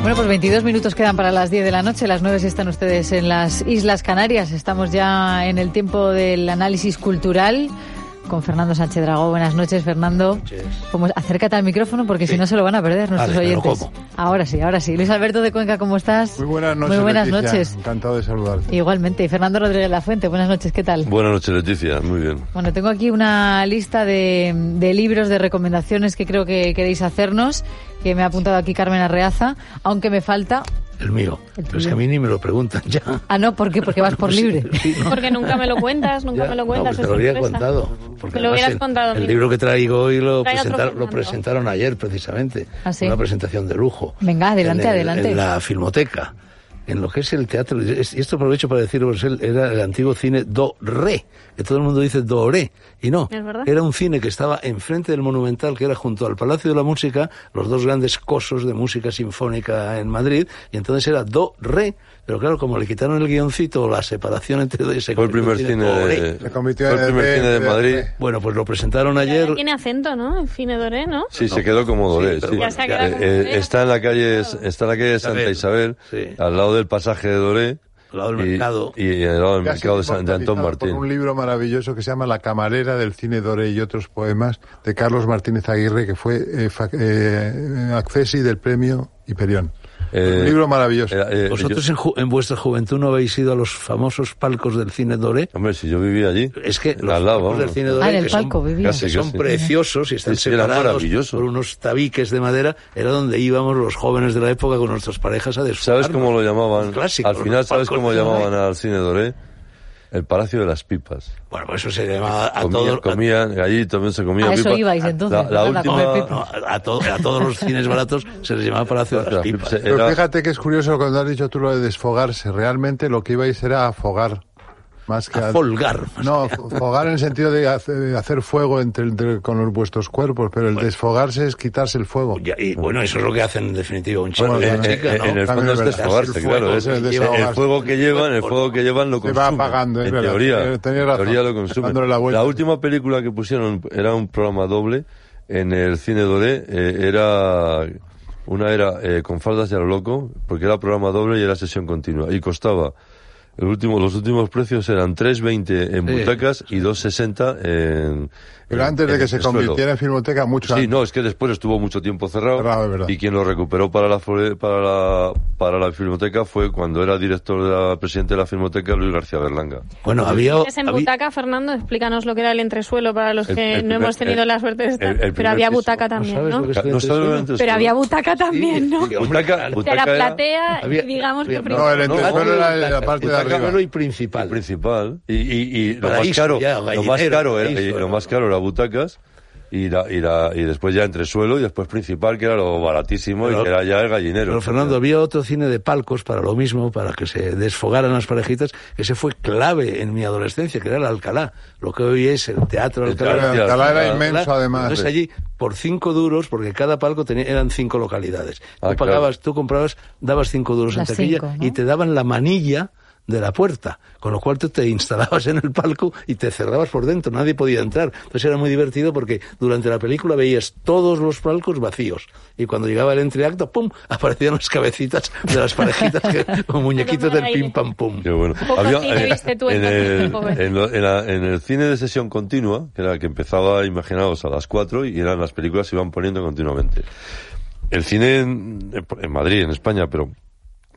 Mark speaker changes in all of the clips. Speaker 1: Bueno, pues 22 minutos quedan para las 10 de la noche. Las 9 si están ustedes en las Islas Canarias. Estamos ya en el tiempo del análisis cultural con Fernando Sánchez Dragó. Buenas noches, Fernando. Como- acércate al micrófono porque si no se lo van a perder nuestros
Speaker 2: Vale, me lo
Speaker 1: oyentes.
Speaker 2: como.
Speaker 1: Ahora sí, ahora sí. Luis Alberto de Cuenca, ¿cómo estás?
Speaker 3: Muy buenas noches.
Speaker 1: Muy buenas
Speaker 3: Leticia.
Speaker 1: noches.
Speaker 3: Encantado de saludarte.
Speaker 1: Igualmente. Y Fernando Rodríguez La Fuente, buenas noches, ¿qué tal?
Speaker 4: Buenas noches, Leticia. Muy bien.
Speaker 1: Bueno, tengo aquí una lista de, de libros, de recomendaciones que creo que queréis hacernos, que me ha apuntado aquí Carmen Arreaza, aunque me falta...
Speaker 2: El mío.
Speaker 1: El
Speaker 2: Pero es
Speaker 1: tuyo.
Speaker 2: que a mí ni me lo preguntan ya.
Speaker 1: Ah, no, ¿por qué? Porque vas por libre.
Speaker 2: Sí, no,
Speaker 5: Porque nunca me lo cuentas, nunca
Speaker 2: ya.
Speaker 5: me lo
Speaker 2: No,
Speaker 5: cuentas.
Speaker 2: pues
Speaker 5: es
Speaker 2: te lo habría
Speaker 5: sorpresa.
Speaker 2: contado. Porque
Speaker 5: Me lo
Speaker 2: además
Speaker 5: hubieras
Speaker 2: el,
Speaker 5: contado,
Speaker 2: El
Speaker 5: mira.
Speaker 2: libro que traigo hoy lo,
Speaker 5: Trae otro
Speaker 2: presentaron, lo
Speaker 5: Fernando.
Speaker 2: presentaron ayer, precisamente.
Speaker 1: Ah, sí.
Speaker 2: Una presentación de lujo.
Speaker 1: Venga, adelante,
Speaker 2: En el-
Speaker 1: adelante.
Speaker 2: En la Filmoteca. En lo que es el teatro. Es- Y esto aprovecho para decirlo, porque es el- era el antiguo cine Do-Re. Que todo el mundo dice Do-Re. Y no.
Speaker 5: Es verdad.
Speaker 2: Era un cine que estaba enfrente del Monumental, que era junto al Palacio de la Música, los dos grandes cosos de música sinfónica en Madrid, y entonces era do, re, pero claro, como le quitaron el guioncito, la separación entre dos, se
Speaker 4: Fue el
Speaker 2: convirtió
Speaker 4: primer
Speaker 2: en
Speaker 4: cine
Speaker 2: do, re.
Speaker 4: de,
Speaker 3: Se convirtió
Speaker 4: fue el
Speaker 3: en el
Speaker 4: primer
Speaker 3: de-
Speaker 4: cine de
Speaker 3: de-
Speaker 4: Madrid.
Speaker 3: de-
Speaker 2: Bueno, pues lo presentaron
Speaker 5: Pero ahora
Speaker 2: ayer.
Speaker 5: Tiene acento, ¿no? En fin, Doré, ¿no?
Speaker 4: Sí, se quedó como Doré.
Speaker 2: pero
Speaker 4: sí.
Speaker 2: bueno,
Speaker 5: Ya se ha quedado
Speaker 4: Eh,
Speaker 5: como
Speaker 4: eh,
Speaker 5: Doré.
Speaker 4: está en la calle, está en la calle de Santa Isabel,
Speaker 2: Isabel, sí.
Speaker 4: al lado del pasaje de Doré.
Speaker 2: Al lado del
Speaker 4: y-
Speaker 2: mercado.
Speaker 4: Y al lado del
Speaker 3: Ya ha sido
Speaker 4: mercado de San de Antón
Speaker 3: inmortalizado Por un
Speaker 4: Martín.
Speaker 3: libro maravilloso que se llama La camarera del cine Dore y otros poemas de Carlos Martínez Aguirre, que fue eh, fa- eh, accesi del premio Hiperión.
Speaker 4: Eh,
Speaker 3: un libro maravilloso.
Speaker 4: Era, eh,
Speaker 2: Vosotros
Speaker 4: yo-
Speaker 2: en, ju- en vuestra juventud no habéis ido a los famosos palcos del cine Doré.
Speaker 4: hombre, si yo vivía allí.
Speaker 2: Es que los
Speaker 4: al lado,
Speaker 2: palcos
Speaker 4: vamos.
Speaker 2: del cine Doré
Speaker 1: Ah, en el
Speaker 2: que son-
Speaker 1: palco vivía.
Speaker 4: Casi,
Speaker 2: que son
Speaker 4: casi.
Speaker 2: preciosos y están
Speaker 4: Sí, sí, era
Speaker 2: separados
Speaker 4: maravilloso.
Speaker 2: por unos tabiques de madera, era donde íbamos los jóvenes de la época con nuestras parejas a disfrutar.
Speaker 4: ¿Sabes cómo lo llamaban?
Speaker 2: Un clásico,
Speaker 4: al final,
Speaker 2: los
Speaker 4: ¿sabes
Speaker 2: palcos
Speaker 4: cómo
Speaker 2: del cine
Speaker 4: llamaban
Speaker 2: Doré.
Speaker 4: al cine Doré? El Palacio de las Pipas.
Speaker 2: Bueno, pues eso se llamaba a
Speaker 4: Comía-
Speaker 2: todos... a-
Speaker 4: comían, allí también se comía
Speaker 1: A eso
Speaker 4: pipas.
Speaker 1: ibais, entonces,
Speaker 4: La- la
Speaker 1: ¿verdad? A comer
Speaker 4: última,
Speaker 1: pipas.
Speaker 2: No, a, a to- a todos los cines baratos se les llamaba Palacio de las Pipas.
Speaker 4: Se-
Speaker 3: Pero
Speaker 4: era-
Speaker 3: fíjate que es curioso cuando has dicho tú lo de desfogarse. Realmente lo que ibais era a afogar. Más que
Speaker 2: A folgar.
Speaker 3: No, fo- fogar en el sentido de hace- de hacer fuego entre, entre- con los- vuestros cuerpos, pero el desfogarse es quitarse el fuego.
Speaker 2: Ya, Y bueno, eso es lo que hacen en definitiva un chico
Speaker 4: Bueno,
Speaker 2: y
Speaker 3: Bueno,
Speaker 2: una
Speaker 4: en,
Speaker 3: eh,
Speaker 2: chica,
Speaker 4: en-
Speaker 2: ¿no?
Speaker 4: en el
Speaker 3: También
Speaker 4: fondo
Speaker 3: es
Speaker 4: es
Speaker 3: verdad.
Speaker 4: desfogarse,
Speaker 2: El fuego,
Speaker 4: claro. Es,
Speaker 2: es
Speaker 4: el,
Speaker 2: desfogarse.
Speaker 4: el fuego que llevan, el fuego que llevan lo
Speaker 3: Se
Speaker 4: consumen.
Speaker 3: va apagando, es
Speaker 4: en
Speaker 3: verdad.
Speaker 4: Teoría,
Speaker 3: Eh, tenés
Speaker 4: en
Speaker 3: razón.
Speaker 4: teoría lo consumen.
Speaker 3: Dándole la vuelta.
Speaker 4: última película que pusieron era un programa doble en el cine Doré. eh, era una era eh, con faldas y a lo loco, porque era programa doble y era sesión continua y costaba. El último, los últimos precios eran 3.20 en
Speaker 2: Sí.
Speaker 4: butacas y 2.60 en.
Speaker 3: Pero
Speaker 4: en-
Speaker 3: antes de
Speaker 4: en
Speaker 3: que
Speaker 4: el
Speaker 3: se
Speaker 4: suelo.
Speaker 3: convirtiera en filmoteca, mucho
Speaker 4: Sí,
Speaker 3: antes.
Speaker 4: no, es que después estuvo mucho tiempo cerrado.
Speaker 3: Cerrado, es verdad.
Speaker 4: Y quien lo recuperó para la, fore- para la para la filmoteca fue cuando era director de la presidente de la filmoteca Luis García Berlanga.
Speaker 2: Bueno, había...
Speaker 5: Es en
Speaker 2: había-
Speaker 5: butaca, Fernando, explícanos lo que era el entresuelo para los
Speaker 4: El-
Speaker 5: que
Speaker 4: el
Speaker 5: no
Speaker 4: primer-
Speaker 5: hemos tenido
Speaker 4: el-
Speaker 5: la suerte de estar.
Speaker 4: el- el primer
Speaker 5: pero había
Speaker 4: piso.
Speaker 5: butaca
Speaker 4: ¿No
Speaker 5: también,
Speaker 2: sabes
Speaker 5: ¿no?
Speaker 2: lo que es-
Speaker 4: ¿No sabes lo que
Speaker 5: Pero había butaca también, ¿no?
Speaker 2: Sí,
Speaker 4: Butaca,
Speaker 2: hombre,
Speaker 5: De
Speaker 4: butaca
Speaker 5: la
Speaker 4: era
Speaker 5: platea,
Speaker 2: había-
Speaker 5: digamos que
Speaker 2: había-
Speaker 3: No, el
Speaker 5: primero.
Speaker 4: No,
Speaker 3: entresuelo
Speaker 4: no,
Speaker 3: era la parte de
Speaker 2: butaca
Speaker 3: arriba.
Speaker 2: menú y principal.
Speaker 4: principal. Y, y- y lo, más
Speaker 2: Paraíso,
Speaker 4: caro,
Speaker 2: ya,
Speaker 4: lo
Speaker 2: gallinero,
Speaker 4: más caro era,
Speaker 2: paraíso,
Speaker 4: y lo
Speaker 2: ¿no?
Speaker 4: más caro era butacas. Y, la- y, la- y después ya entre suelo y después principal, que era lo baratísimo y
Speaker 2: Pero-
Speaker 4: que era ya el gallinero.
Speaker 2: Pero Fernando, había otro cine de palcos para lo mismo, para que se desfogaran las parejitas. Ese fue clave en mi adolescencia, que era el Alcalá. Lo que hoy es el Teatro
Speaker 4: El
Speaker 2: Alcalá.
Speaker 4: Teatro
Speaker 3: Alcalá era
Speaker 2: Alcalá.
Speaker 3: inmenso, además.
Speaker 2: Entonces allí, por cinco duros, porque cada palco tenía, eran cinco localidades.
Speaker 4: Ah,
Speaker 2: tú pagabas, tú comprabas, dabas cinco duros
Speaker 1: Las
Speaker 2: en taquilla
Speaker 1: cinco, ¿no?
Speaker 2: y te daban la manilla de la puerta, con lo cual tú te instalabas en el palco y te cerrabas por dentro, nadie podía entrar. Entonces era muy divertido porque durante la película veías todos los palcos vacíos y cuando llegaba el entreacto, ¡pum!, aparecían las cabecitas de las parejitas que, como muñequitos del pim pam pum.
Speaker 4: Qué bueno.
Speaker 5: Poco cine
Speaker 4: eh,
Speaker 5: viste tú en
Speaker 4: en, el,
Speaker 5: tanto tiempo, ¿eh?
Speaker 4: en lo- en la- en el cine de sesión continua, que era que empezaba, imaginaos, a las 4 y eran las películas se iban poniendo continuamente. El cine en, en Madrid, en España, pero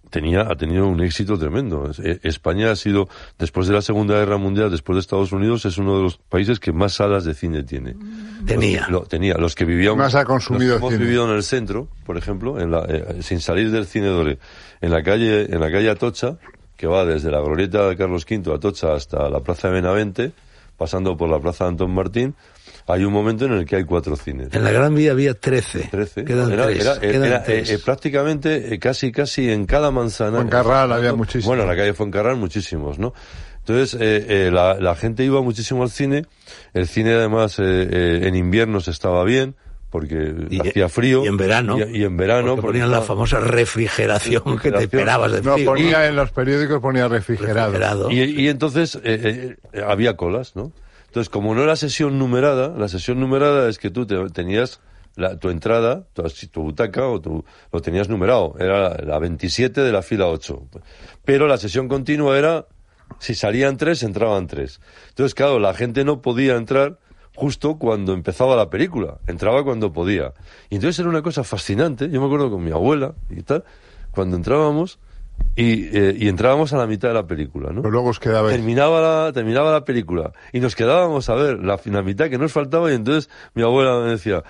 Speaker 4: tenía ha tenido un éxito tremendo. Es- eh, España ha sido después de la Segunda Guerra Mundial, después de Estados Unidos, es uno de los países que más salas de cine tiene.
Speaker 5: Mm.
Speaker 2: Tenía.
Speaker 4: Lo- tenía. Los que vivíamos.
Speaker 3: Más ha consumido
Speaker 4: los que hemos
Speaker 3: cine.
Speaker 4: vivido en el centro, por ejemplo, en la- eh, sin salir del cine Doré, en la calle, en la calle Atocha, que va desde la glorieta de Carlos V Atocha hasta la plaza de Benavente, pasando por la plaza de Antón Martín, hay un momento en el que hay cuatro cines.
Speaker 2: En la Gran Vía había 13.
Speaker 4: 13.
Speaker 2: Quedan
Speaker 4: Era-
Speaker 2: tres,
Speaker 4: era-
Speaker 2: quedan
Speaker 4: era, eh,
Speaker 2: tres.
Speaker 4: eh, prácticamente eh, casi casi en cada manzana.
Speaker 3: Fuencarral había muchísimos.
Speaker 4: Bueno, en la calle Fuencarral muchísimos, ¿no? Entonces, eh, eh, la, la gente iba muchísimo al cine. El cine, además, eh, eh, en invierno se estaba bien, porque
Speaker 2: Y-
Speaker 4: eh, hacía frío.
Speaker 2: Y en verano.
Speaker 4: Y, y en verano.
Speaker 2: Porque ponían la
Speaker 4: estaba-
Speaker 2: famosa refrigeración que te esperabas de
Speaker 3: No,
Speaker 2: frío.
Speaker 3: ponía en los periódicos ponía refrigerado.
Speaker 2: Refrigerado.
Speaker 4: Y, y entonces eh, eh, había colas, ¿no? Entonces, como no era sesión numerada, la sesión numerada es que tú te- tenías la- tu entrada, tu, as- tu butaca, o tu, lo tenías numerado. Era la, la 27 de la fila 8. Pero la sesión continua era, si salían tres, entraban tres. Entonces, claro, la gente no podía entrar justo cuando empezaba la película. Entraba cuando podía. Y entonces era una cosa fascinante. Yo me acuerdo con mi abuela y tal, cuando entrábamos y, eh, y entrábamos a la mitad de la película, ¿no?
Speaker 3: Pero luego os quedaba
Speaker 4: Terminaba la, terminaba la película y nos quedábamos a ver la, la mitad que nos faltaba y entonces mi abuela me decía,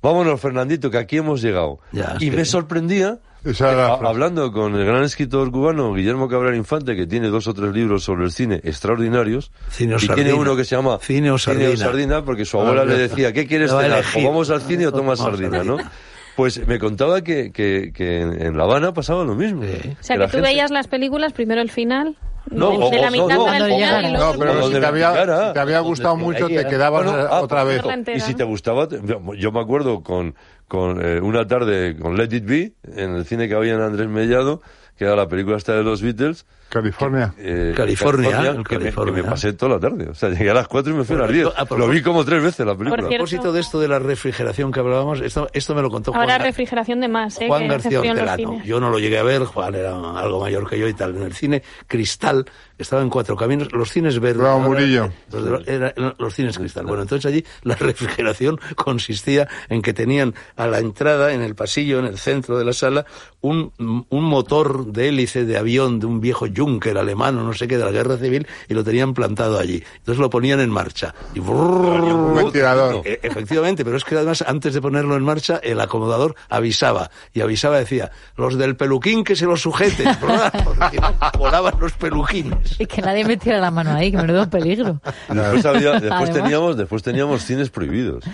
Speaker 4: vámonos Fernandito, que aquí hemos llegado.
Speaker 2: Ya,
Speaker 4: y
Speaker 2: es que-
Speaker 4: me sorprendía,
Speaker 3: Esa era la
Speaker 4: ha-
Speaker 3: frase.
Speaker 4: hablando con el gran escritor cubano Guillermo Cabral Infante, que tiene dos o tres libros sobre el cine extraordinarios,
Speaker 2: Cine o
Speaker 4: y
Speaker 2: sardina.
Speaker 4: tiene uno que se llama
Speaker 2: Cine o sardina.
Speaker 4: sardina, porque su abuela
Speaker 2: Ah,
Speaker 4: le
Speaker 2: ya.
Speaker 4: decía, ¿qué quieres
Speaker 2: La va a
Speaker 4: cenar? ¿O
Speaker 2: elegir.
Speaker 4: vamos al cine o tomas
Speaker 2: Vamos a
Speaker 4: sardina,
Speaker 2: ver.
Speaker 4: no? Pues me contaba que, que, que en en La Habana pasaba lo mismo.
Speaker 2: Sí.
Speaker 5: O sea,
Speaker 4: la
Speaker 5: que tú
Speaker 4: gente-
Speaker 5: veías las películas, primero el final,
Speaker 4: No,
Speaker 5: de,
Speaker 4: o-
Speaker 5: de
Speaker 4: o-
Speaker 5: la mitad
Speaker 4: no,
Speaker 5: para el
Speaker 1: no,
Speaker 5: final y
Speaker 1: no,
Speaker 5: luego
Speaker 3: No, pero
Speaker 4: Donde
Speaker 3: si te,
Speaker 4: picara.
Speaker 3: había, si te había gustado
Speaker 2: Donde
Speaker 3: mucho, te
Speaker 2: quiera.
Speaker 3: quedabas
Speaker 4: Bueno, ah,
Speaker 3: otra vez.
Speaker 5: Verla entera.
Speaker 4: Y si te gustaba, te- yo me acuerdo con, con eh, una tarde con Let It Be, en el cine que había en Andrés Mellado, que era la película esta de los Beatles.
Speaker 3: California.
Speaker 4: eh,
Speaker 2: California, el
Speaker 4: que me- que Me,
Speaker 2: California.
Speaker 4: pasé toda la tarde. O sea, llegué a las 4 y me fui a las
Speaker 2: Por
Speaker 4: 10.
Speaker 2: cierto, ah, por
Speaker 4: Lo vi
Speaker 2: cierto.
Speaker 4: como tres veces la
Speaker 5: Por
Speaker 4: película.
Speaker 2: A propósito de esto de la refrigeración que hablábamos, esto, esto me lo contó
Speaker 5: ahora
Speaker 2: Juan, Gar-
Speaker 5: refrigeración de más, ¿eh?
Speaker 2: Juan
Speaker 5: que hace
Speaker 2: García
Speaker 5: frío en los
Speaker 2: Hortelano.
Speaker 5: cines.
Speaker 2: Yo no lo llegué a ver, Juan era algo mayor que yo y tal. En el cine Cristal, que estaba en Cuatro Caminos, los cines verdes.
Speaker 3: Bravo,
Speaker 2: ahora-
Speaker 3: Murillo.
Speaker 2: Los, de- era- eran los cines Cristal. Bueno, entonces allí la refrigeración consistía en que tenían a la entrada, en el pasillo, en el centro de la sala, un, un motor de hélice de avión de un viejo Junker alemán o no sé qué de la guerra civil y lo tenían plantado allí. Entonces lo ponían en marcha. Y brrrr,
Speaker 3: Un ventilador.
Speaker 2: e- Efectivamente, pero es que además antes de ponerlo en marcha el acomodador avisaba y avisaba decía los del peluquín que se los sujeten porque volaban los peluquines.
Speaker 1: Y que nadie metiera la mano ahí, que menudo peligro.
Speaker 4: Después, había- después,
Speaker 1: Además.
Speaker 4: teníamos, después teníamos cines prohibidos.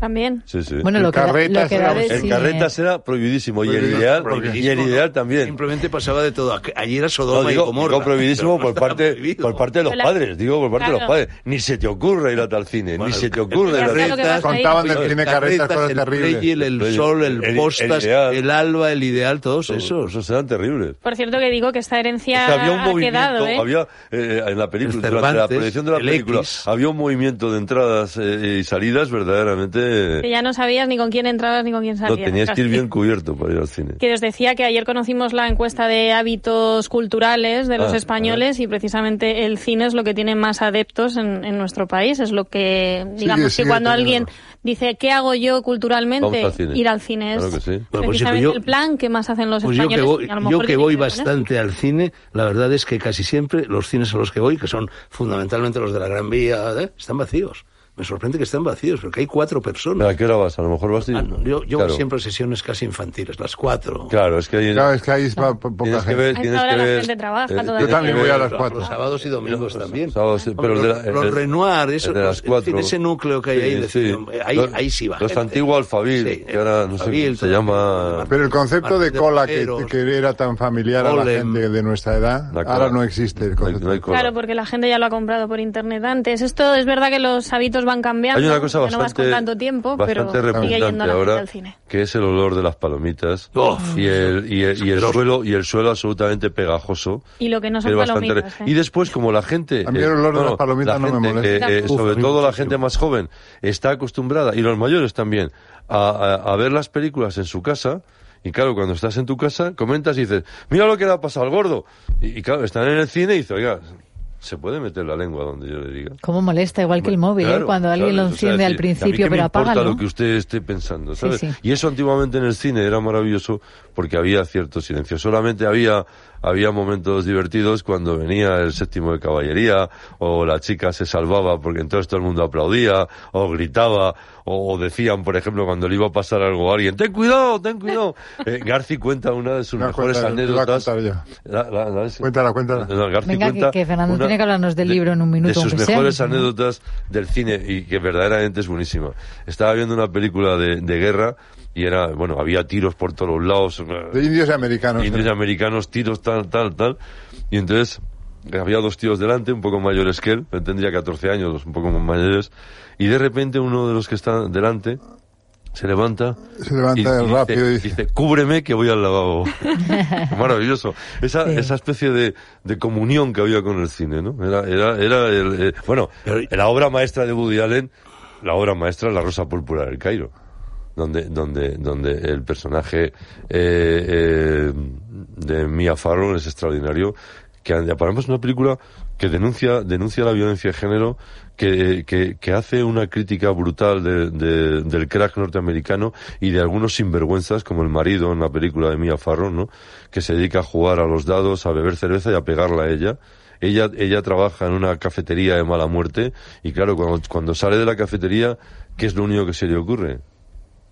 Speaker 5: También.
Speaker 4: Sí, sí.
Speaker 1: Bueno, lo que, da-
Speaker 3: Carretas
Speaker 1: lo que da
Speaker 3: era-
Speaker 1: de
Speaker 4: el
Speaker 1: cine-
Speaker 4: Carretas era prohibidísimo y el
Speaker 3: Prohibidísimo,
Speaker 4: ideal,
Speaker 3: prohibidísimo,
Speaker 4: y el ideal también.
Speaker 2: Simplemente pasaba de todo. Aqu- Allí era Sodoma
Speaker 4: No,
Speaker 2: y
Speaker 4: digo,
Speaker 2: Gomorra.
Speaker 4: digo prohibidísimo
Speaker 2: Pero no
Speaker 4: por
Speaker 2: estaba
Speaker 4: parte,
Speaker 2: prohibido.
Speaker 4: por parte de los
Speaker 5: Pero la-
Speaker 4: padres. Digo por parte de los
Speaker 5: Claro.
Speaker 4: padres. Ni se te ocurre ir a tal cine, ni
Speaker 2: Bueno,
Speaker 4: se te
Speaker 2: el-
Speaker 4: ocurre ir
Speaker 5: el
Speaker 4: a
Speaker 5: Ya sé lo que vas a ir.
Speaker 3: Contaban del cine carretas, cosas
Speaker 2: el
Speaker 3: terribles.
Speaker 2: Playel, el
Speaker 4: Playel,
Speaker 2: sol,
Speaker 4: el-
Speaker 2: el,
Speaker 4: el
Speaker 2: postas, el,
Speaker 4: ideal.
Speaker 2: alba, el ideal, todos
Speaker 4: Esos,
Speaker 2: esos.
Speaker 4: esos eran terribles.
Speaker 5: Por cierto que digo que esta herencia
Speaker 4: O sea, había un
Speaker 5: ha
Speaker 4: movimiento,
Speaker 5: quedado, ¿eh?
Speaker 4: había eh, en la película,
Speaker 2: El
Speaker 4: durante la
Speaker 2: Cervantes,
Speaker 4: proyección de la
Speaker 2: el
Speaker 4: película,
Speaker 2: X.
Speaker 4: había un movimiento de entradas eh, y salidas verdaderamente. eh,
Speaker 5: Que ya no sabías ni con quién entrabas ni con quién
Speaker 4: no
Speaker 5: salías.
Speaker 4: tenías que ir
Speaker 5: Casi.
Speaker 4: bien cubierto para ir al cine.
Speaker 5: Que os decía que ayer conocimos la encuesta de hábitos culturales de los
Speaker 4: Ah,
Speaker 5: españoles y precisamente el cine es lo que tiene más adeptos en, en nuestro país. Es lo que, digamos, que
Speaker 3: sigue
Speaker 5: cuando alguien
Speaker 3: teniendo.
Speaker 5: dice, ¿qué hago yo culturalmente?
Speaker 4: Vamos al cine.
Speaker 5: Ir al cine es
Speaker 4: Claro que sí. Bueno,
Speaker 2: pues sí,
Speaker 5: precisamente
Speaker 2: pero yo-
Speaker 5: el plan que más hacen los
Speaker 2: Pues yo
Speaker 5: españoles.
Speaker 2: que voy,
Speaker 5: y a lo
Speaker 2: yo
Speaker 5: mejor
Speaker 2: que
Speaker 5: tiene
Speaker 2: voy
Speaker 5: ver con eso.
Speaker 2: bastante al cine, la verdad es que casi siempre los cines a los que voy, que son fundamentalmente los de la Gran Vía, ¿eh? están vacíos. Me sorprende que estén vacíos, porque hay cuatro
Speaker 4: ¿A
Speaker 2: personas.
Speaker 4: qué hora vas? A lo mejor vas y...
Speaker 2: Ah, no, yo yo
Speaker 4: claro,
Speaker 2: siempre a sesiones casi infantiles, las cuatro.
Speaker 4: Claro, es que hay-
Speaker 3: Claro, es que ahí es pa- po- poca
Speaker 4: tienes que
Speaker 3: gente.
Speaker 4: ver...
Speaker 5: esta
Speaker 4: Tienes
Speaker 5: hora
Speaker 4: que
Speaker 5: la
Speaker 4: ver eh,
Speaker 5: gente trabaja
Speaker 4: tienes
Speaker 5: todavía.
Speaker 4: que
Speaker 3: Yo también
Speaker 4: ver-
Speaker 3: voy a las cuatro.
Speaker 2: Los sábados y domingos también.
Speaker 4: sábados, sí, pero
Speaker 2: Hombre,
Speaker 4: el de la-
Speaker 2: los
Speaker 4: el-
Speaker 2: Renoir,
Speaker 4: el
Speaker 2: eso,
Speaker 4: de las
Speaker 2: los-
Speaker 4: cuatro.
Speaker 2: tiene ese núcleo que hay ahí, de cine, ahí-
Speaker 4: Los-
Speaker 2: ahí sí va
Speaker 4: Los
Speaker 2: gente.
Speaker 4: antiguos Alfabil,
Speaker 2: Sí,
Speaker 4: que ahora no sé
Speaker 2: Alfabil,
Speaker 4: cómo se
Speaker 2: todo.
Speaker 4: llama...
Speaker 3: Pero el concepto de
Speaker 2: Martín de
Speaker 3: cola que,
Speaker 2: Porreros.
Speaker 3: que era tan familiar a la
Speaker 2: Golem.
Speaker 3: gente de nuestra edad,
Speaker 4: La cola.
Speaker 3: ahora no existe
Speaker 4: No
Speaker 3: el
Speaker 4: hay-
Speaker 3: concepto.
Speaker 4: no hay cola.
Speaker 5: Claro, porque la gente ya lo ha comprado por internet antes. Esto es verdad que los hábitos van cambiando.
Speaker 4: Hay una cosa
Speaker 5: que no vas
Speaker 4: bastante,
Speaker 5: con tanto tiempo, pero
Speaker 4: bastante
Speaker 5: sigue yendo
Speaker 4: repugnante
Speaker 5: la gente
Speaker 4: ahora,
Speaker 5: al cine.
Speaker 4: que es el olor de las palomitas
Speaker 2: Uf.
Speaker 4: y el, y el, y el
Speaker 2: Asqueroso.
Speaker 4: suelo y el suelo absolutamente pegajoso.
Speaker 5: Y lo que no son
Speaker 4: que es bastante
Speaker 5: palomitas,
Speaker 4: re-
Speaker 5: ¿eh?
Speaker 4: Y después, como la gente...
Speaker 3: A mí el olor de las palomitas
Speaker 4: la
Speaker 3: no me
Speaker 4: gente,
Speaker 3: molesta.
Speaker 4: eh, eh,
Speaker 5: Uf,
Speaker 4: sobre
Speaker 2: a mí
Speaker 4: todo la
Speaker 2: muchísimo.
Speaker 4: gente más joven está acostumbrada, y los mayores también, a, a- a ver las películas en su casa. Y claro, cuando estás en tu casa, comentas y dices, mira lo que le ha pasado al gordo. Y, y claro, están en el cine y dices, oiga, se puede meter la lengua donde yo le diga.
Speaker 1: Cómo molesta, igual que el móvil, ¿eh?
Speaker 4: Claro,
Speaker 1: cuando alguien
Speaker 4: claro,
Speaker 1: lo
Speaker 4: o sea,
Speaker 1: enciende al
Speaker 4: decir, a mí
Speaker 1: principio,
Speaker 4: qué me
Speaker 1: pero
Speaker 4: importa
Speaker 1: apágalo.
Speaker 4: lo que usted esté pensando,
Speaker 1: Sí,
Speaker 4: ¿sabes?
Speaker 1: sí.
Speaker 4: Y eso antiguamente en el cine era maravilloso porque había cierto silencio. Solamente había, había momentos divertidos cuando venía el séptimo de caballería o la chica se salvaba porque entonces todo el mundo aplaudía o gritaba o, o decían, por ejemplo, cuando le iba a pasar algo a alguien, ten cuidado, ten cuidado. Eh, Garci cuenta una de sus
Speaker 3: No,
Speaker 4: mejores
Speaker 3: cuéntala, la voy a
Speaker 4: anécdotas.
Speaker 3: contar yo.
Speaker 4: La- la- la-
Speaker 3: Cuéntala, cuéntala.
Speaker 4: No, Garci
Speaker 1: Venga, que-
Speaker 4: cuenta
Speaker 1: que Fernando tiene que hablarnos del libro en un minuto,
Speaker 4: De sus
Speaker 1: aunque sea,
Speaker 4: mejores
Speaker 1: que si no-
Speaker 4: anécdotas anécdotas del cine y que verdaderamente es buenísima. Estaba viendo una película de, de guerra y era, bueno, había tiros por todos lados, eh,
Speaker 3: De indios y americanos.
Speaker 4: indios
Speaker 3: ¿eh?
Speaker 4: americanos, tiros, tal, tal, tal. Y entonces había dos tíos delante, un poco mayores que él, él tendría 14 años, un poco más mayores, y de repente uno de los que está delante se levanta.
Speaker 3: Se levanta rápido y
Speaker 4: dice,
Speaker 3: dice-
Speaker 4: cúbreme que voy al lavabo. Maravilloso. Esa,
Speaker 1: Sí.
Speaker 4: esa especie de, de comunión que había con el cine, ¿no? Era, era, era el, eh, bueno,
Speaker 2: Pero-
Speaker 4: la obra maestra de Woody Allen, la obra maestra La Rosa Púrpura del Cairo. Donde, donde, donde el personaje eh, eh, de Mia Farrow es extraordinario, que aparamos una película que denuncia, denuncia la violencia de género, que, que, que hace una crítica brutal de- de- del crack norteamericano y de algunos sinvergüenzas, como el marido en la película de Mia Farrow, ¿no? que se dedica a jugar a los dados, a beber cerveza y a pegarla a ella. Ella, ella trabaja en una cafetería de mala muerte y claro, cuando, cuando sale de la cafetería, ¿qué es lo único que se le ocurre?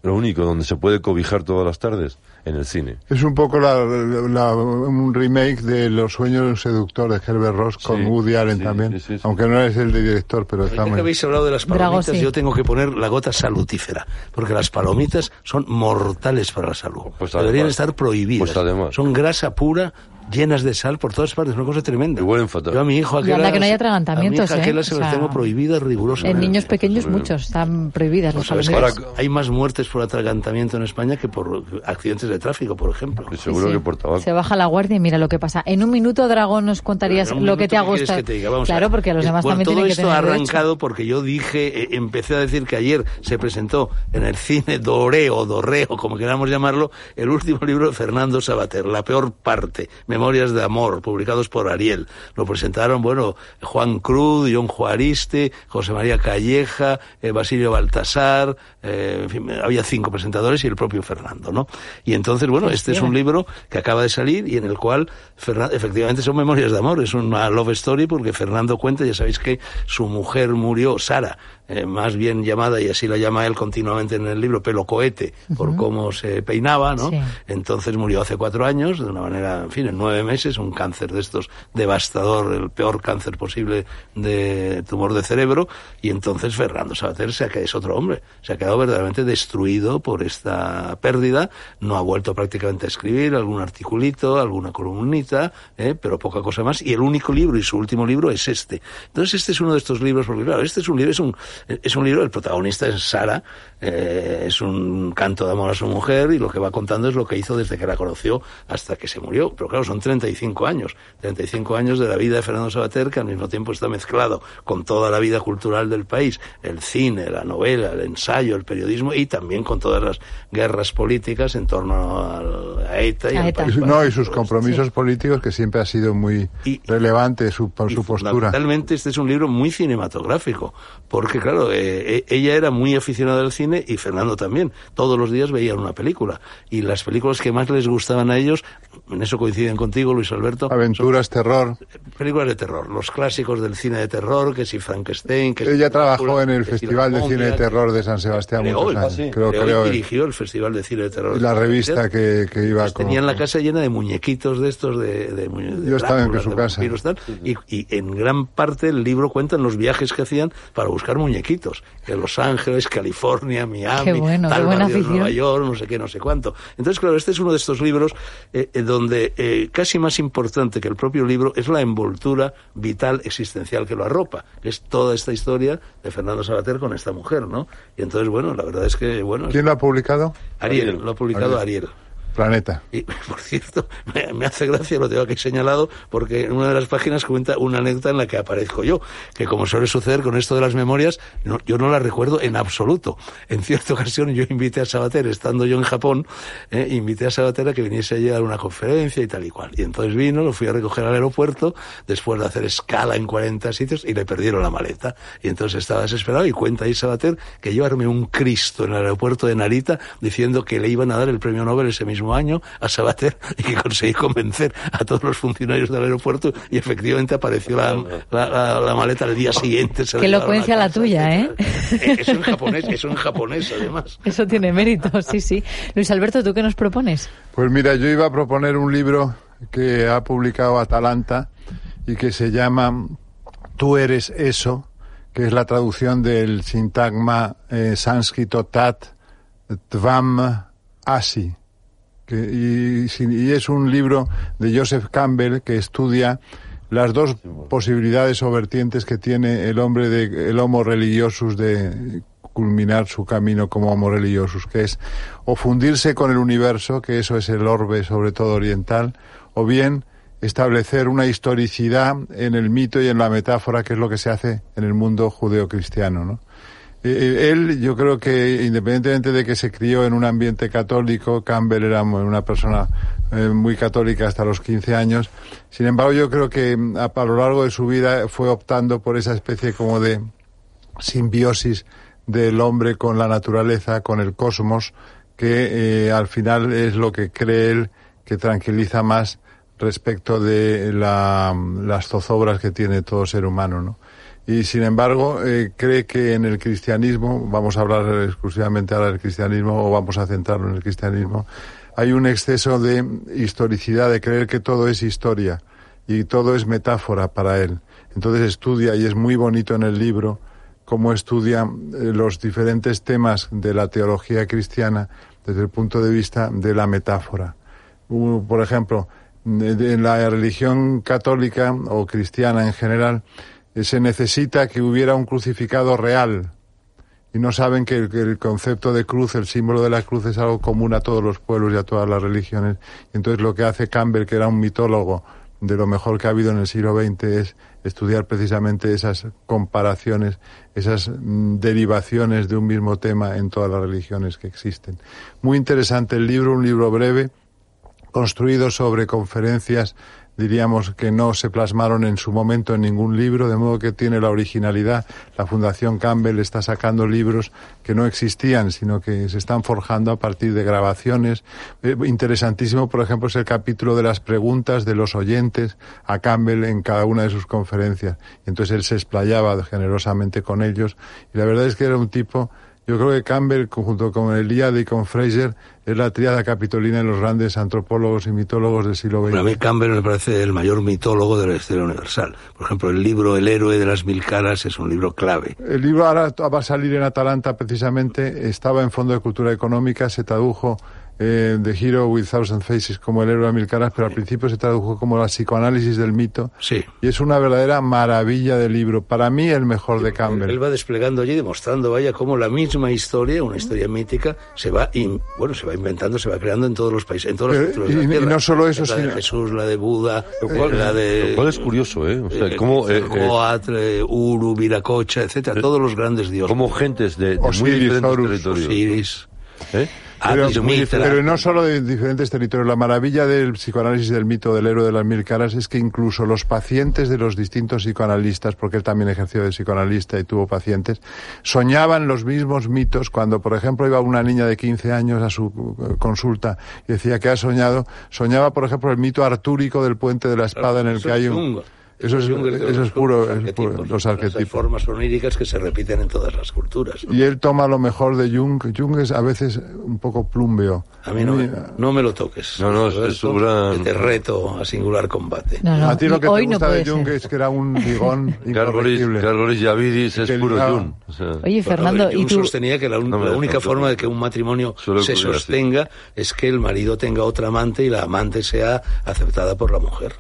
Speaker 4: Lo único donde se puede cobijar todas las tardes, en el cine.
Speaker 3: Es un poco la, la- un remake de Los sueños de un seductor de Herbert Ross con
Speaker 4: Sí,
Speaker 3: Woody Allen
Speaker 4: sí,
Speaker 3: también,
Speaker 4: sí, sí, sí.
Speaker 3: aunque no es el de director, pero está
Speaker 2: Ahorita
Speaker 3: muy...
Speaker 2: que habéis hablado de las
Speaker 1: Drago,
Speaker 2: palomitas,
Speaker 1: sí.
Speaker 2: yo tengo que poner la gota salutífera, porque las palomitas son mortales para la salud.
Speaker 4: Pues además.
Speaker 2: Deberían estar prohibidas.
Speaker 4: Pues además.
Speaker 2: Son grasa pura, llenas de sal por todas partes, una cosa tremenda.
Speaker 4: Y huelen fatal.
Speaker 2: Yo a mi hijo
Speaker 1: Y anda
Speaker 2: aquel-
Speaker 1: que no hay atragantamientos,
Speaker 2: a mi hija
Speaker 1: ¿eh?
Speaker 2: aquel se
Speaker 1: O
Speaker 2: las
Speaker 1: sea,
Speaker 2: tengo prohibidas rigurosamente.
Speaker 1: En niños pequeños muchos, están prohibidas las
Speaker 2: Pues sabes que
Speaker 4: Ahora-
Speaker 1: palomitas.
Speaker 2: hay más muertes por atragantamiento en España que por accidentes de tráfico, por ejemplo.
Speaker 4: Y seguro
Speaker 1: Sí, sí.
Speaker 4: que por tabaco.
Speaker 1: Se baja la guardia y mira lo que pasa. En un minuto, Dragón, nos contarías
Speaker 2: En un
Speaker 1: lo que
Speaker 2: minuto,
Speaker 1: te ha
Speaker 2: ¿qué quieres
Speaker 1: gustado.
Speaker 2: que te diga? Vamos
Speaker 1: claro,
Speaker 2: a ver.
Speaker 1: porque los
Speaker 2: Eh,
Speaker 1: demás
Speaker 2: bueno,
Speaker 1: también tienen que
Speaker 2: Todo
Speaker 1: tener
Speaker 2: esto ha
Speaker 1: derecho.
Speaker 2: arrancado porque yo dije, eh, empecé a decir que ayer se presentó en el cine Doreo, Dorreo, como queramos llamarlo, el último libro de Fernando Sabater, La peor parte, Memorias de Amor, publicados por Ariel. Lo presentaron, bueno, Juan Cruz, John Juariste, José María Calleja, eh, Basilio Baltasar, eh, en fin, había cinco presentadores y el propio Fernando, ¿no? Y entonces, bueno, este es un
Speaker 1: Hostia.
Speaker 2: libro libro que acaba de salir y en el cual Fernan- efectivamente son memorias de amor, es una love story porque Fernando cuenta, ya sabéis que su mujer murió, Sara, eh, más bien llamada, y así la llama él continuamente en el libro, pelo cohete, por cómo se peinaba, ¿no?
Speaker 1: Sí.
Speaker 2: Entonces murió hace cuatro años, de una manera, en fin, en nueve meses, un cáncer de estos devastador, el peor cáncer posible de tumor de cerebro, y entonces Fernando Sabater se ha quedado, es otro hombre, se ha quedado verdaderamente destruido por esta pérdida, no ha vuelto prácticamente a escribir algún articulito, alguna columnita, ¿eh? pero poca cosa más, y el único libro y su último libro es este. Entonces este es uno de estos libros, porque claro, este es un libro, es un, es un libro, el protagonista es Sara, eh, es un canto de amor a su mujer y lo que va contando es lo que hizo desde que la conoció hasta que se murió. Pero claro, son 35 años, 35 años de la vida de Fernando Sabater que al mismo tiempo está mezclado con toda la vida cultural del país, el cine, la novela, el ensayo, el periodismo y también con todas las guerras políticas en torno al- a ETA y
Speaker 1: A
Speaker 2: al
Speaker 1: ETA.
Speaker 3: Y
Speaker 2: País
Speaker 3: su- No, y sus
Speaker 2: Vasco. Pues,
Speaker 3: compromisos políticos, que siempre ha sido muy
Speaker 2: Y-
Speaker 3: relevante su, por
Speaker 2: Y
Speaker 3: su postura.
Speaker 2: Fundamentalmente este es un libro muy cinematográfico, porque claro, eh, eh, ella era muy aficionada al cine y Fernando también. Todos los días veían una película y las películas que más les gustaban a ellos, en eso coinciden contigo Luis Alberto,
Speaker 3: Aventuras, terror.
Speaker 2: son películas de terror, los clásicos del cine de terror, que si Frankenstein, que si
Speaker 3: Ella
Speaker 2: Drácula,
Speaker 3: trabajó en el
Speaker 2: que si la
Speaker 3: Festival de
Speaker 2: momia,
Speaker 3: Cine de
Speaker 2: que-
Speaker 3: Terror de San Sebastián
Speaker 2: Creó
Speaker 3: muchos
Speaker 2: el-
Speaker 3: años.
Speaker 4: ah, sí.
Speaker 3: Creo,
Speaker 2: creó y
Speaker 3: creo.
Speaker 2: dirigió el Festival de Cine de Terror.
Speaker 3: Y la revista que, que iba
Speaker 2: Pues
Speaker 3: con...
Speaker 2: tenían la casa llena de muñequitos de estos de, de muñe- de
Speaker 3: Yo estaba en su
Speaker 2: de
Speaker 3: casa.
Speaker 2: vampiros, tal, y, y en gran parte el libro cuentan los viajes que hacían para buscar muñequitos en Los Ángeles, California, Miami,
Speaker 1: Qué bueno, qué
Speaker 2: tal
Speaker 1: buena
Speaker 2: barrio de Nueva
Speaker 1: afición.
Speaker 2: York, no sé qué, no sé cuánto. Entonces, claro, este es uno de estos libros eh, eh, donde eh, casi más importante que el propio libro es la envoltura vital existencial que lo arropa, que es toda esta historia de Fernando Sabater con esta mujer, ¿no? Y entonces, bueno, la verdad es que, bueno,
Speaker 3: ¿Quién lo ha publicado?
Speaker 2: Ariel, lo ha publicado Ariel.
Speaker 3: Planeta.
Speaker 2: Y, por cierto, me, me hace gracia, lo tengo aquí señalado, porque en una de las páginas cuenta una anécdota en la que aparezco yo, que como suele suceder con esto de las memorias, no- yo no la recuerdo en absoluto. En cierta ocasión yo invité a Sabater, estando yo en Japón, eh, invité a Sabater a que viniese allí a dar una conferencia y tal y cual. Y entonces vino, lo fui a recoger al aeropuerto, después de hacer escala en 40 sitios, y le perdieron la maleta. Y entonces estaba desesperado y cuenta ahí Sabater que yo armé un Cristo en el aeropuerto de Narita diciendo que le iban a dar el premio Nobel ese mismo año a Sabater y que conseguí convencer a todos los funcionarios del aeropuerto y efectivamente apareció la, la- la- la maleta el día siguiente. se
Speaker 1: Qué
Speaker 2: llevaron a
Speaker 1: elocuencia la
Speaker 2: casa,
Speaker 1: tuya, ¿eh?
Speaker 2: etcétera. Eso en japonés, eso en japonés además.
Speaker 1: Eso tiene mérito, sí, sí. Luis Alberto, ¿tú qué nos propones?
Speaker 3: Pues mira, yo iba a proponer un libro que ha publicado Atalanta y que se llama Tú eres eso, que es la traducción del sintagma eh, sánscrito tat tvam asi. que- y, sin- y es un libro de Joseph Campbell que estudia las dos posibilidades o vertientes que tiene el hombre de el homo religiosus de culminar su camino como homo religiosus, que es o fundirse con el universo, que eso es el orbe sobre todo oriental, o bien establecer una historicidad en el mito y en la metáfora, que es lo que se hace en el mundo judeocristiano, ¿no? Eh, Él, yo creo que independientemente de que se crió en un ambiente católico, Campbell era una persona eh, muy católica hasta los 15 años. Sin embargo, yo creo que mm, a, a, lo largo de su vida fue optando por esa especie como de simbiosis del hombre con la naturaleza, con el cosmos, que eh, al final es lo que cree él que tranquiliza más respecto de la, las zozobras que tiene todo ser humano, ¿no? y sin embargo eh, cree que en el cristianismo, vamos a hablar exclusivamente ahora del cristianismo o vamos a centrarlo en el cristianismo, hay un exceso de historicidad, de creer que todo es historia y todo es metáfora para él. Entonces estudia, y es muy bonito en el libro, cómo estudia eh, los diferentes temas de la teología cristiana desde el punto de vista de la metáfora. Uh, por ejemplo, en la religión católica o cristiana en general, eh, se necesita que hubiera un crucificado real. Y no saben que el, que el, concepto de cruz, el símbolo de la cruz, es algo común a todos los pueblos y a todas las religiones. Y entonces lo que hace Campbell, que era un mitólogo de lo mejor que ha habido en el siglo XX, es estudiar precisamente esas comparaciones, esas mm, derivaciones de un mismo tema en todas las religiones que existen. Muy interesante el libro, un libro breve, construido sobre conferencias diríamos que no se plasmaron en su momento en ningún libro, de modo que tiene la originalidad. La Fundación Campbell está sacando libros que no existían, sino que se están forjando a partir de grabaciones. Eh, interesantísimo, por ejemplo, es el capítulo de las preguntas de los oyentes a Campbell en cada una de sus conferencias. Entonces él se explayaba generosamente con ellos y la verdad es que era un tipo yo creo que Campbell, junto con Eliade y con Fraser, es la triada capitolina de los grandes antropólogos y mitólogos del siglo XX.
Speaker 2: A mí Campbell me parece el mayor mitólogo de la historia universal. Por ejemplo, el libro El héroe de las mil caras es un libro clave.
Speaker 3: El libro ahora va a salir en Atalanta precisamente, estaba en Fondo de Cultura Económica, se tradujo eh, The Hero with Thousand Faces, como el héroe de mil caras, pero al principio se tradujo como la psicoanálisis del mito.
Speaker 2: Sí.
Speaker 3: Y es una verdadera maravilla de libro. Para mí, el mejor de Campbell.
Speaker 2: Él va desplegando allí, demostrando, vaya, cómo la misma historia, una historia mítica, se va, in, bueno, se va inventando, se va creando en todos los países, en todas las
Speaker 3: pero, Eh, y, la y, no solo eso,
Speaker 2: la
Speaker 3: sino...
Speaker 2: de Jesús, la de Buda, cual, la de...
Speaker 4: Lo cual es curioso, ¿eh? O sea, eh, cómo... Eh,
Speaker 2: Coatl, Uru, Viracocha,
Speaker 3: Eh,
Speaker 2: etcétera, todos los grandes dioses.
Speaker 4: Como gentes de, de Osiris, muy diferentes Horus, territorios.
Speaker 2: Osiris.
Speaker 4: ¿Eh?
Speaker 2: Ah,
Speaker 3: Pero,
Speaker 2: pues
Speaker 3: pero, no solo de diferentes territorios. La maravilla del psicoanálisis del mito del héroe de las mil caras es que incluso los pacientes de los distintos psicoanalistas, porque él también ejerció de psicoanalista y tuvo pacientes, soñaban los mismos mitos cuando, por ejemplo, iba una niña de 15 años a su eh, consulta y decía que ha soñado. Soñaba, por ejemplo, el mito artúrico del puente de la espada en el que hay un... Eso es, eso es, puro,
Speaker 2: los arquetipos.
Speaker 3: Es puro, los arquetipos.
Speaker 2: Hay formas oníricas que se repiten en todas las culturas.
Speaker 3: ¿no? Y él toma lo mejor de Jung. Jung es a veces un poco plumbeo.
Speaker 2: A mí no, Muy, no me lo toques.
Speaker 4: No, no, es una...
Speaker 2: Te reto a singular combate.
Speaker 1: No, no,
Speaker 3: a ti lo que te gusta de Jung ser. es que era un bigón incorregible.
Speaker 4: Cargoris Yavidis es puro Jung. O
Speaker 1: sea,
Speaker 2: Pues,
Speaker 1: Oye, Fernando,
Speaker 2: Jung
Speaker 1: ¿y tú?
Speaker 2: sostenía que la, un, la única forma de que un matrimonio se sostenga así. es que el marido tenga otra amante y la amante sea aceptada por la mujer.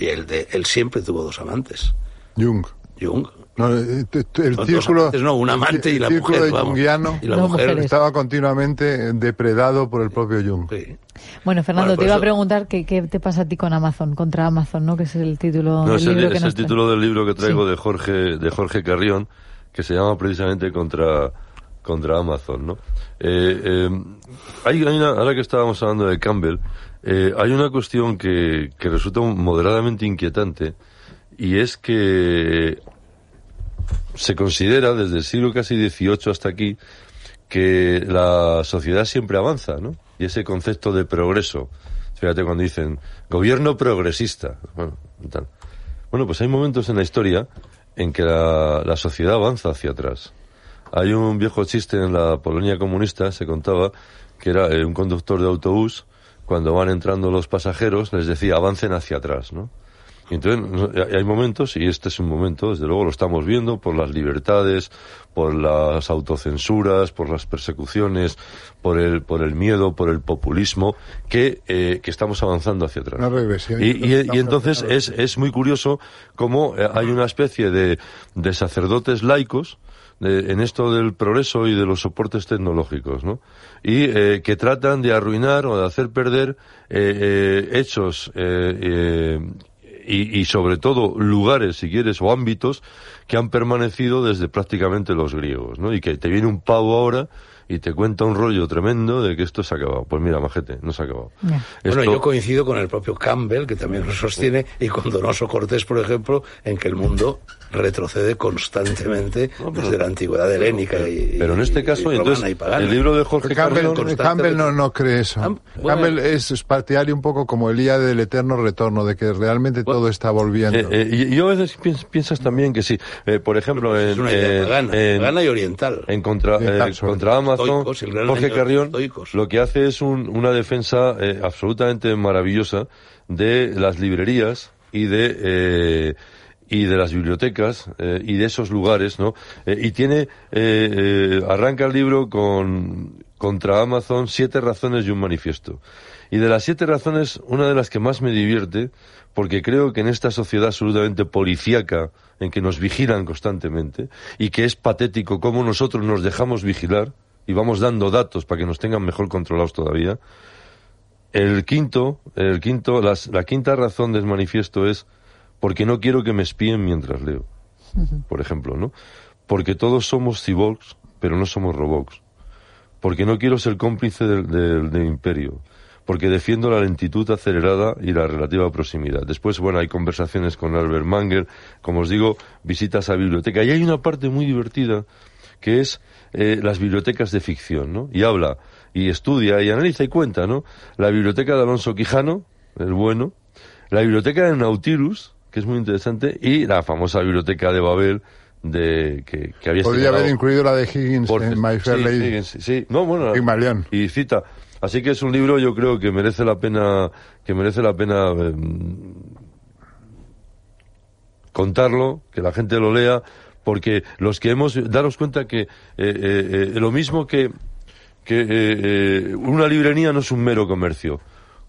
Speaker 2: Y él, de, él siempre tuvo dos amantes.
Speaker 3: Jung.
Speaker 2: Jung.
Speaker 3: No, eh, el círculo.
Speaker 2: Amantes, no, un amante y la
Speaker 3: el círculo
Speaker 2: mujer.
Speaker 3: De vamos, y
Speaker 2: la no, mujer mujeres.
Speaker 3: estaba continuamente depredado por el propio Jung.
Speaker 2: Sí.
Speaker 1: Bueno, Fernando, bueno,
Speaker 4: pues
Speaker 1: te iba eso... a preguntar qué, qué te pasa a ti con Amazon, contra Amazon, ¿no? Que es el título
Speaker 4: no,
Speaker 1: del
Speaker 4: es
Speaker 1: libro.
Speaker 4: El,
Speaker 1: que
Speaker 4: es
Speaker 1: nos
Speaker 4: el título del libro que traigo sí. de, Jorge, de Jorge Carrión, que se llama precisamente Contra, contra Amazon, ¿no? Eh, eh, hay, hay una, ahora que estábamos hablando de Campbell, eh, hay una cuestión que, que, resulta moderadamente inquietante y es que se considera desde el siglo casi XVIII hasta aquí que la sociedad siempre avanza, ¿no? Y ese concepto de progreso. Fíjate cuando dicen gobierno progresista. Bueno, tal. bueno pues hay momentos en la historia en que la, la sociedad avanza hacia atrás. Hay un viejo chiste en la Polonia comunista, se contaba, que era eh, un conductor de autobús cuando van entrando los pasajeros, les decía avancen hacia atrás, ¿no? Y entonces no- eh, hay- hay momentos, y este es un momento, desde luego lo estamos viendo, por las libertades, por las autocensuras, por las persecuciones, por el, por el miedo, por el populismo, que, eh, que estamos avanzando hacia atrás.
Speaker 3: Una regresión.
Speaker 4: Y,
Speaker 3: Yo creo
Speaker 4: y-
Speaker 3: que
Speaker 4: y
Speaker 3: estamos
Speaker 4: entonces
Speaker 3: haciendo
Speaker 4: es, es muy curioso cómo eh, hay una especie de, de sacerdotes laicos de- en esto del progreso y de los soportes tecnológicos, ¿no? Y eh, que tratan de arruinar o de hacer perder eh, eh, hechos eh, eh, y, y sobre todo lugares, si quieres, o ámbitos que han permanecido desde prácticamente los griegos, ¿no? Y que te viene un pavo ahora y te cuenta un rollo tremendo de que esto se ha acabado. Pues mira, majete, no se ha acabado.
Speaker 1: Ya.
Speaker 4: Esto-
Speaker 2: Bueno, yo coincido con el propio Campbell, que también lo sostiene, y con Donoso Cortés, por ejemplo, en que el mundo retrocede constantemente desde la antigüedad helénica. y-
Speaker 4: Pero en este
Speaker 2: y-
Speaker 4: caso,
Speaker 2: y
Speaker 4: entonces,
Speaker 2: romana y pagana.
Speaker 4: el libro de Jorge
Speaker 3: Porque Campbell,
Speaker 4: Carrión-
Speaker 2: constante-
Speaker 3: Campbell no, no cree eso.
Speaker 2: Cam- bueno.
Speaker 3: Campbell es, es partidario un poco como Elías del eterno retorno, de que realmente todo está volviendo.
Speaker 4: Eh, eh, y- y yo a veces piens- piensas también que sí. Eh, por ejemplo, en,
Speaker 2: pues es una idea
Speaker 3: Eh,
Speaker 4: en-
Speaker 2: pagana,
Speaker 4: en-
Speaker 2: pagana y oriental.
Speaker 4: en contra,
Speaker 3: Oriental,
Speaker 4: eh,
Speaker 3: sobre
Speaker 4: contra Amazon,
Speaker 2: Estoicos, el gran
Speaker 4: Jorge
Speaker 2: año de
Speaker 4: Carrión
Speaker 2: estoicos.
Speaker 4: lo que hace es un- una defensa eh, absolutamente maravillosa de las librerías y de eh, y de las bibliotecas eh, y de esos lugares, ¿no? Eh, y tiene eh, eh, arranca el libro con contra Amazon siete razones y un manifiesto. Y de las siete razones, una de las que más me divierte, porque creo que en esta sociedad absolutamente policíaca, en que nos vigilan constantemente, y que es patético cómo nosotros nos dejamos vigilar y vamos dando datos para que nos tengan mejor controlados todavía, el quinto, el quinto, las- la quinta razón del manifiesto es porque no quiero que me espíen mientras leo, por ejemplo, ¿no? Porque todos somos cyborgs, pero no somos robots. Porque no quiero ser cómplice del, del- del imperio. Porque defiendo la lentitud acelerada y la relativa proximidad. Después, bueno, hay conversaciones con Albert Manger, como os digo, visitas a biblioteca. Y hay una parte muy divertida que es eh, las bibliotecas de ficción, ¿no? Y habla, y estudia, y analiza y cuenta, ¿no? La biblioteca de Alonso Quijano, el bueno, la biblioteca de Nautilus, que es muy interesante, y la famosa biblioteca de Babel, de que, que
Speaker 2: este
Speaker 4: había
Speaker 3: Podría
Speaker 4: señalado
Speaker 3: haber incluido la de Higgins
Speaker 4: Borges.
Speaker 3: en My Fair
Speaker 4: sí,
Speaker 3: Lady.
Speaker 4: Higgins, sí, sí. No, bueno,
Speaker 3: Pigmalión.
Speaker 4: Y cita. Así que es un libro, yo creo que merece la pena, que merece la pena eh, contarlo, que la gente lo lea, porque los que hemos, daros cuenta que eh, eh, eh, lo mismo que, que eh, eh, una librería no es un mero comercio.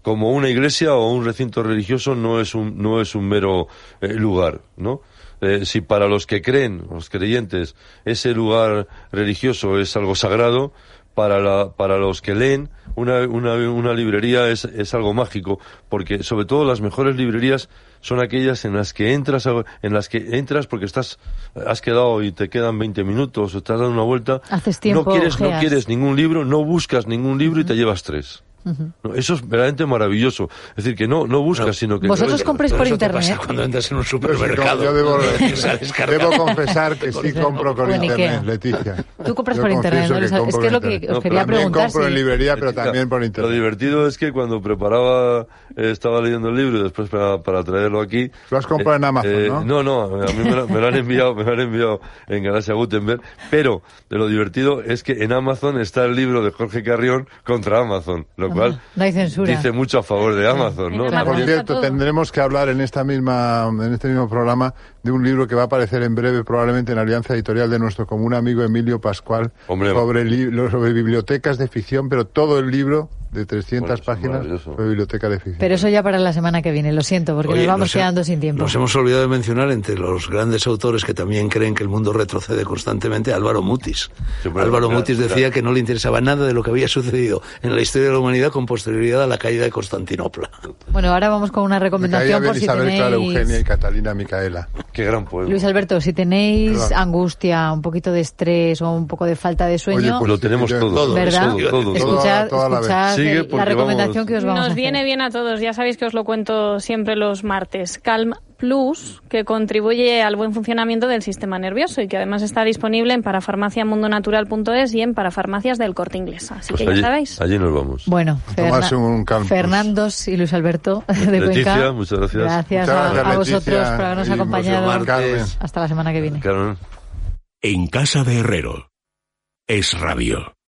Speaker 4: Como una iglesia o un recinto religioso no es un, no es un mero eh, lugar, ¿no? Eh, si para los que creen, los creyentes, ese lugar religioso es algo sagrado, para, la, para los que leen, una, una, una librería es, es algo mágico, porque sobre todo las mejores librerías son aquellas en las que entras, a- en las que entras porque estás, has quedado y te quedan 20 minutos, o te has dado una vuelta.
Speaker 1: Haces tiempo,
Speaker 4: No quieres, no
Speaker 1: ojeas.
Speaker 4: quieres ningún libro, no buscas ningún libro y te llevas tres. No, Eso es verdaderamente maravilloso. Es decir, que no, no buscas, sino que...
Speaker 1: Vosotros compréis por
Speaker 2: Eso te pasa
Speaker 1: internet.
Speaker 2: cuando entras en un
Speaker 3: Pero sí, como
Speaker 2: supermercado.
Speaker 3: yo debo,
Speaker 2: Sales
Speaker 3: debo
Speaker 2: cargado.
Speaker 3: confesar que sí compro por
Speaker 1: Bueno,
Speaker 3: internet,
Speaker 1: Ikea.
Speaker 3: Leticia.
Speaker 1: Tú compras
Speaker 3: Yo
Speaker 1: por internet,
Speaker 3: confieso
Speaker 1: ¿no? Es
Speaker 3: compro
Speaker 1: que es lo
Speaker 3: por
Speaker 1: que
Speaker 3: internet.
Speaker 1: os
Speaker 4: No,
Speaker 1: quería
Speaker 4: pero a mí
Speaker 3: También
Speaker 1: preguntar.
Speaker 3: compro en
Speaker 1: si-
Speaker 3: librería, pero
Speaker 4: Leticia,
Speaker 3: también por
Speaker 4: Lo
Speaker 3: internet.
Speaker 4: divertido es que cuando preparaba, eh, estaba leyendo el libro y después para, para traerlo aquí. eh,
Speaker 3: Lo has comprado en Amazon,
Speaker 4: No,
Speaker 3: ¿no?
Speaker 4: no, a mí me lo, me lo han enviado, me lo han enviado en Galaxia Gutenberg. Pero de lo divertido es que en Amazon está el libro de Jorge Carrión contra Amazon, lo cual
Speaker 1: no hay censura.
Speaker 4: dice mucho a favor de Amazon, ¿no?
Speaker 5: En Amazon.
Speaker 4: También-
Speaker 3: Por
Speaker 5: Para
Speaker 3: cierto,
Speaker 5: todo.
Speaker 3: tendremos que hablar en esta misma, en este mismo programa de un libro que va a aparecer en breve, probablemente en Alianza Editorial de nuestro común amigo Emilio Pascual,
Speaker 4: Hombre.
Speaker 3: sobre, li- lo- sobre bibliotecas de ficción, pero todo el libro de 300
Speaker 4: Bueno, eso es
Speaker 3: páginas
Speaker 4: maravilloso.
Speaker 3: sobre bibliotecas de ficción.
Speaker 1: Pero eso ya para la semana que viene, lo siento, porque
Speaker 2: Oye,
Speaker 1: nos vamos
Speaker 2: nos he-
Speaker 1: quedando sin tiempo.
Speaker 2: Nos hemos olvidado de mencionar entre los grandes autores que también creen que el mundo retrocede constantemente, Álvaro Mutis.
Speaker 4: Sí, pero
Speaker 2: Álvaro
Speaker 4: mira,
Speaker 2: Mutis decía
Speaker 4: mira.
Speaker 2: que no le interesaba nada de lo que había sucedido en la historia de la humanidad con posterioridad a la caída de Constantinopla.
Speaker 1: Bueno, ahora vamos con una
Speaker 3: Me caía
Speaker 1: recomendación
Speaker 3: bien
Speaker 1: por si
Speaker 3: Isabel, Clara Eugenia y
Speaker 1: tenéis...
Speaker 3: Catalina Micaela.
Speaker 4: Qué gran poema.
Speaker 1: Luis Alberto, si tenéis
Speaker 3: Perdón.
Speaker 1: angustia, un poquito de estrés o un poco de falta de sueño,
Speaker 3: pues,
Speaker 4: lo tenemos
Speaker 3: yo-
Speaker 4: todo.
Speaker 2: todo,
Speaker 1: ¿verdad?
Speaker 4: Todo, todo, todo.
Speaker 1: escuchad
Speaker 3: Toda- toda la vez.
Speaker 1: escuchad
Speaker 4: Sigue
Speaker 1: el- la
Speaker 4: porque
Speaker 1: recomendación
Speaker 4: vamos-
Speaker 1: que os vamos a
Speaker 5: Nos
Speaker 1: hacer.
Speaker 5: viene bien a todos, ya sabéis que os lo cuento siempre los martes. Calm Plus, que contribuye al buen funcionamiento del sistema nervioso y que además está disponible en parafarmaciamundonatural.es y en parafarmacias del corte inglés. Así
Speaker 4: Pues
Speaker 5: que
Speaker 4: allí,
Speaker 5: ya sabéis.
Speaker 4: allí nos vamos.
Speaker 1: Bueno,
Speaker 3: A tomarse un Calm Plus.
Speaker 1: Fernandos y Luis Alberto de
Speaker 4: Leticia,
Speaker 1: Cuenca.
Speaker 4: muchas gracias.
Speaker 1: Gracias,
Speaker 3: Muchas
Speaker 1: a-
Speaker 3: gracias,
Speaker 1: a,
Speaker 3: Leticia,
Speaker 1: vosotros por habernos
Speaker 3: y
Speaker 1: acompañado.
Speaker 3: Monserrat Carmen.
Speaker 1: Hasta la semana que viene.
Speaker 4: Carmen.
Speaker 6: En casa de Herrero. Es Radio.